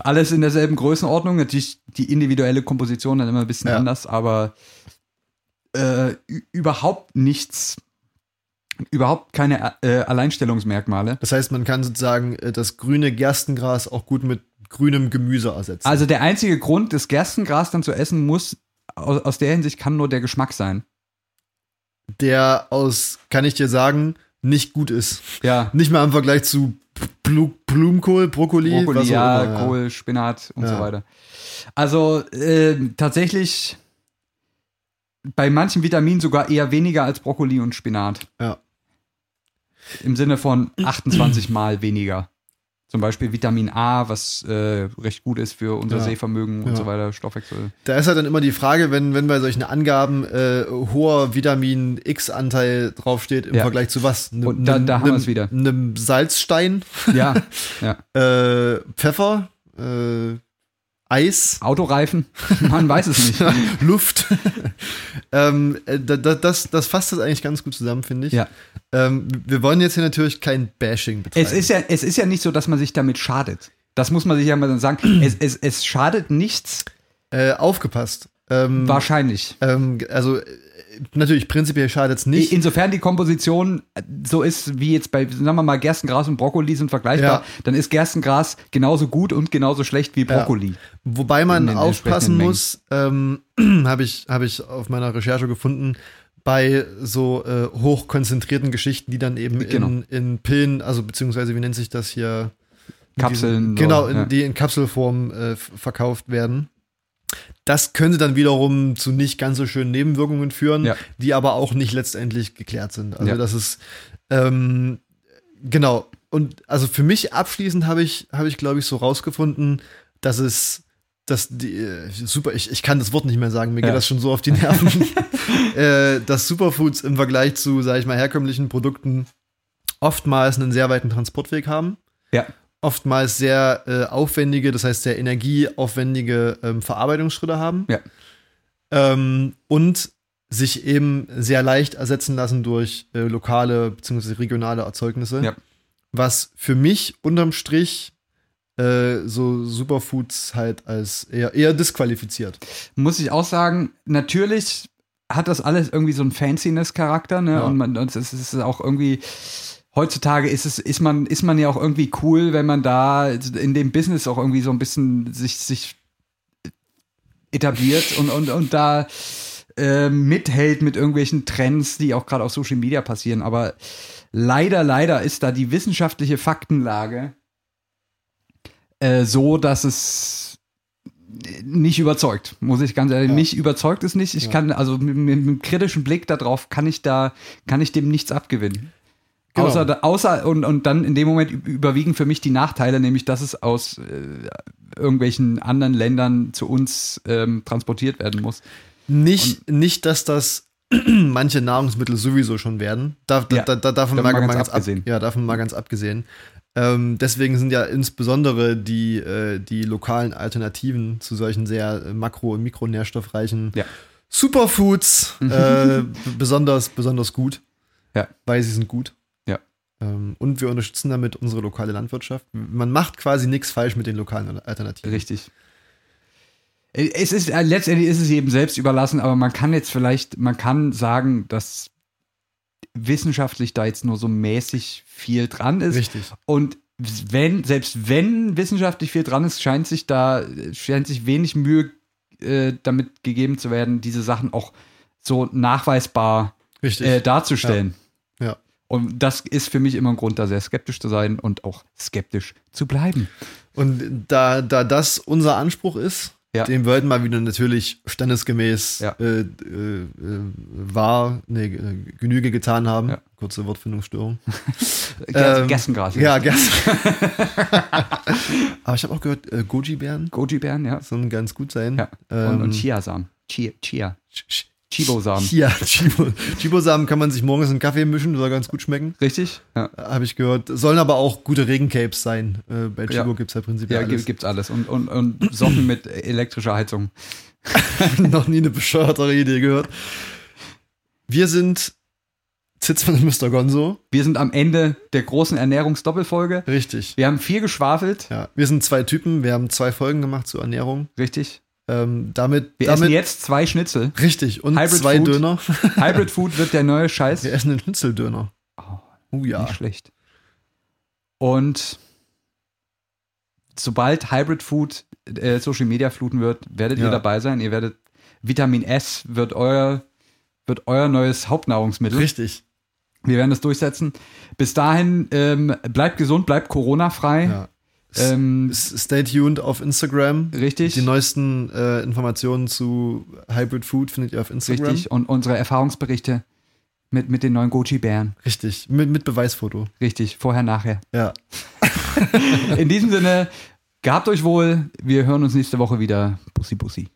B: Alles in derselben Größenordnung. Natürlich die individuelle Komposition dann immer ein bisschen
C: Ja.
B: anders, aber äh, ü- überhaupt nichts, überhaupt keine äh, Alleinstellungsmerkmale.
C: Das heißt, man kann sozusagen äh, das grüne Gerstengras auch gut mit grünem Gemüse ersetzen.
B: Also der einzige Grund, das Gerstengras dann zu essen, muss aus, aus der Hinsicht kann nur der Geschmack sein.
C: der aus, kann ich dir sagen, nicht gut ist.
B: Ja.
C: Nicht mal im Vergleich zu Blu Blumenkohl, Brokkoli,
B: Brokkoli,
C: was auch
B: ja,
C: immer,
B: Kohl, Spinat und
C: Ja.
B: so weiter. Also ähm, tatsächlich bei manchen Vitaminen sogar eher weniger als Brokkoli und Spinat.
C: Ja.
B: Im Sinne von 28 Mal weniger. Zum Beispiel Vitamin A, was äh, recht gut ist für unser
C: Ja.
B: Sehvermögen
C: Ja.
B: und so weiter, Stoffwechsel.
C: Da ist halt dann immer die Frage, wenn, wenn bei solchen Angaben äh, hoher Vitamin X-Anteil draufsteht, im
B: Ja.
C: Vergleich zu was? Ne,
B: Und da- da haben wir's wieder.
C: Einem Salzstein,
B: Ja, ja.
C: äh, Pfeffer, äh, Eis.
B: Autoreifen, man weiß es nicht.
C: Luft. ähm, äh, da, da, das, das fasst das eigentlich ganz gut zusammen, finde ich.
B: Ja.
C: Ähm, wir wollen jetzt hier natürlich kein Bashing betreiben.
B: Es ist, ja, es ist ja nicht so, dass man sich damit schadet. Das muss man sich ja mal dann sagen. Es, es, es schadet nichts,
C: äh, aufgepasst. Ähm,
B: wahrscheinlich.
C: ähm, also äh, natürlich, prinzipiell schadet es nicht.
B: Insofern die Komposition äh, so ist, wie jetzt bei, sagen wir mal, Gerstengras und Brokkoli sind vergleichbar,
C: Ja.
B: dann ist Gerstengras genauso gut und genauso schlecht wie Brokkoli.
C: Wobei
B: in
C: man
B: den entsprechenden
C: aufpassen
B: Mengen.
C: muss, ähm, habe ich, hab ich auf meiner Recherche gefunden, bei so äh, hochkonzentrierten Geschichten, die dann eben
B: Genau.
C: in, in Pillen, also beziehungsweise wie nennt sich das hier? in
B: Kapseln.
C: Diesen, genau,
B: so,
C: in,
B: ja.
C: die in Kapselform äh, f- verkauft werden. Das könnte dann wiederum zu nicht ganz so schönen Nebenwirkungen führen,
B: Ja.
C: die aber auch nicht letztendlich geklärt sind. Also
B: Ja.
C: das ist ähm, genau. Und also für mich abschließend habe ich, habe ich, glaube ich, so rausgefunden, dass es, dass die, äh, super, ich, ich kann das Wort nicht mehr sagen, mir
B: Ja.
C: geht das schon so auf die Nerven, äh, dass Superfoods im Vergleich zu, sage ich mal, herkömmlichen Produkten oftmals einen sehr weiten Transportweg haben
B: ja,
C: oftmals sehr äh, aufwendige, das heißt sehr energieaufwendige ähm, Verarbeitungsschritte haben.
B: Ja.
C: Ähm, und sich eben sehr leicht ersetzen lassen durch äh, lokale bzw. regionale Erzeugnisse.
B: Ja.
C: Was für mich unterm Strich äh, so Superfoods halt als eher, eher disqualifiziert.
B: muss ich auch sagen, natürlich hat das alles irgendwie so einen Fanciness-Charakter, ne?
C: Ja.
B: Und man, und es ist auch irgendwie, heutzutage ist es, ist man, ist man ja auch irgendwie cool, wenn man da in dem Business auch irgendwie so ein bisschen sich, sich etabliert und, und, und da äh, mithält mit irgendwelchen Trends, die auch gerade auf Social Media passieren. Aber leider, leider ist da die wissenschaftliche Faktenlage äh, so, dass es nicht überzeugt, muss ich ganz ehrlich,
C: Ja.
B: mich überzeugt es nicht. Ich
C: Ja.
B: kann, also mit, mit einem kritischen Blick darauf kann ich da, kann ich dem nichts abgewinnen.
C: Genau.
B: Außer, da- außer und, und dann in dem Moment üb- überwiegen für mich die Nachteile, nämlich dass es aus äh, irgendwelchen anderen Ländern zu uns ähm, transportiert werden muss.
C: Nicht, nicht, dass das manche Nahrungsmittel sowieso schon werden. Da, da,
B: Ja,
C: da, da, davon mal, mal ganz abgesehen.
B: abgesehen.
C: Ab, ja, davon mal ganz abgesehen. Ähm, deswegen sind ja insbesondere die, äh, die lokalen Alternativen zu solchen sehr äh, makro- und mikronährstoffreichen
B: Ja.
C: Superfoods äh, b- besonders, besonders gut.
B: Ja.
C: Weil sie sind gut.
B: Ja.
C: Ähm, und wir unterstützen damit unsere lokale Landwirtschaft. Man macht quasi nichts falsch mit den lokalen Alternativen.
B: Richtig. Es ist äh, letztendlich ist es jedem selbst überlassen, aber man kann jetzt vielleicht, man kann sagen, dass wissenschaftlich da jetzt nur so mäßig viel dran ist.
C: Richtig.
B: Und wenn, selbst wenn wissenschaftlich viel dran ist, scheint sich da, scheint sich wenig Mühe äh, damit gegeben zu werden, diese Sachen auch so nachweisbar
C: Richtig.
B: äh, darzustellen.
C: Ja. Ja.
B: Und das ist für mich immer ein Grund, da sehr skeptisch zu sein und auch skeptisch zu bleiben.
C: Und da, da das unser Anspruch ist,
B: Ja.
C: den wollten wir wieder natürlich standesgemäß
B: Ja.
C: äh, äh, äh, wahr, nee, äh, Genüge getan haben.
B: Ja. Also
C: Kurze Wortfindungsstörung.
B: Ähm,
C: Ähm,
B: Gessengras.
C: Ja, gern. Aber ich habe auch gehört, äh, Goji-Bären
B: Goji-Bären, ja.
C: sollen ganz gut sein.
B: ja.
C: Ähm,
B: und, und Chiasamen. Chia, Chia.
C: Ch- Ch-
B: Chibo-Samen.
C: Chia, Chibo. Chibo-Samen kann man sich morgens in Kaffee mischen, soll ganz gut schmecken,
B: Richtig? Ja,
C: habe ich gehört. Sollen aber auch gute Regencapes sein. Äh, bei
B: Ja.
C: Chibo gibt's ja prinzipiell
B: ja gibt,
C: alles.
B: gibt's alles. Und, und, und Socken mit elektrischer Heizung.
C: noch nie eine bescheuertere Idee gehört. Wir sind Zitzmann und Mr. Gonzo.
B: Wir sind am Ende der großen Ernährungsdoppelfolge.
C: Richtig.
B: Wir haben viel geschwafelt,
C: Ja, wir sind zwei Typen. Wir haben zwei Folgen gemacht zur Ernährung.
B: richtig.
C: Ähm, damit,
B: Wir
C: damit
B: essen jetzt zwei Schnitzel.
C: richtig und
B: Hybrid
C: zwei
B: Food.
C: Döner.
B: Hybrid Food wird der neue Scheiß.
C: Wir essen den Schnitzeldöner.
B: Oh,
C: Oh ja.
B: Nicht schlecht. Und sobald Hybrid Food äh, Social Media fluten wird, werdet ihr
C: Ja.
B: dabei sein. Ihr werdet Vitamin S wird euer wird euer neues Hauptnahrungsmittel.
C: Richtig.
B: Wir werden das durchsetzen. Bis dahin ähm, bleibt gesund, bleibt Corona frei.
C: Ja.
B: Ähm,
C: S- Stay tuned auf Instagram.
B: richtig.
C: Die neuesten äh, Informationen zu Hybrid Food findet ihr auf Instagram.
B: Richtig. Und unsere Erfahrungsberichte mit, mit den neuen Goji-Bären.
C: Richtig. Mit, mit Beweisfoto.
B: Richtig. Vorher, nachher.
C: Ja.
B: In diesem Sinne, gehabt euch wohl. Wir hören uns nächste Woche wieder. Bussi, Bussi.